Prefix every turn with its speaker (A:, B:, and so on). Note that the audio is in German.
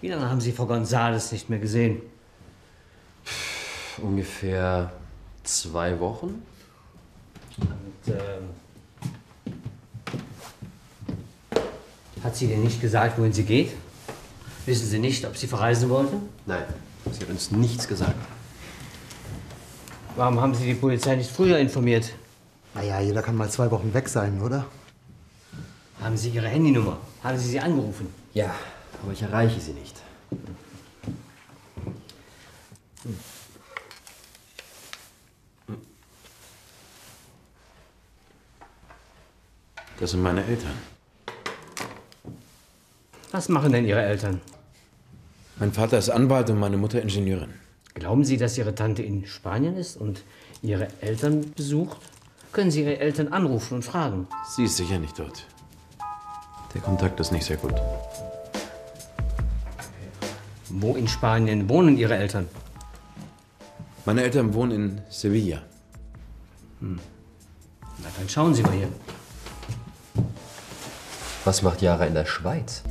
A: Wie lange haben Sie Frau Gonzales nicht mehr gesehen?
B: Ungefähr zwei Wochen.
A: Und, ähm, hat sie denn nicht gesagt, wohin sie geht? Wissen Sie nicht, ob sie verreisen wollte?
B: Nein, sie hat uns nichts gesagt.
A: Warum haben Sie die Polizei nicht früher informiert?
C: Naja, jeder kann mal zwei Wochen weg sein, oder?
A: Haben Sie Ihre Handynummer? Haben Sie sie angerufen?
B: Ja, aber ich erreiche sie nicht.
D: Das sind meine Eltern.
A: Was machen denn Ihre Eltern?
D: Mein Vater ist Anwalt und meine Mutter Ingenieurin.
A: Glauben Sie, dass Ihre Tante in Spanien ist und Ihre Eltern besucht? Können Sie Ihre Eltern anrufen und fragen?
D: Sie ist sicher nicht dort. Der Kontakt ist nicht sehr gut.
A: Wo in Spanien wohnen Ihre Eltern?
D: Meine Eltern wohnen in Sevilla.
A: Na, dann schauen Sie mal hier.
B: Was macht Jara in der Schweiz?